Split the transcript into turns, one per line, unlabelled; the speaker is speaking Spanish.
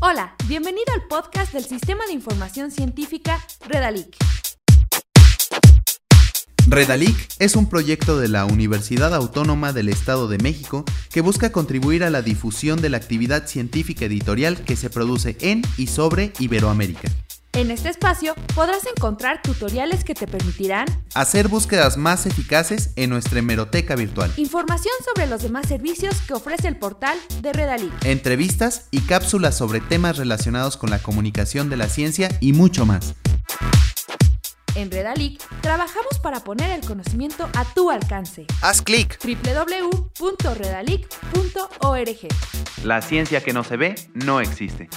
Hola, bienvenido al podcast del Sistema de Información Científica Redalic.
Redalic es un proyecto de la Universidad Autónoma del Estado de México que busca contribuir a la difusión de la actividad científica editorial que se produce en y sobre Iberoamérica.
En este espacio podrás encontrar tutoriales que te permitirán
Hacer búsquedas más eficaces en nuestra hemeroteca virtual,
información sobre los demás servicios que ofrece el portal de Redalic.
entrevistas y cápsulas sobre temas relacionados con la comunicación de la ciencia y mucho más.
En Redalic trabajamos para poner el conocimiento a tu alcance.
¡Haz clic!
www.redalic.org
La ciencia que no se ve no existe.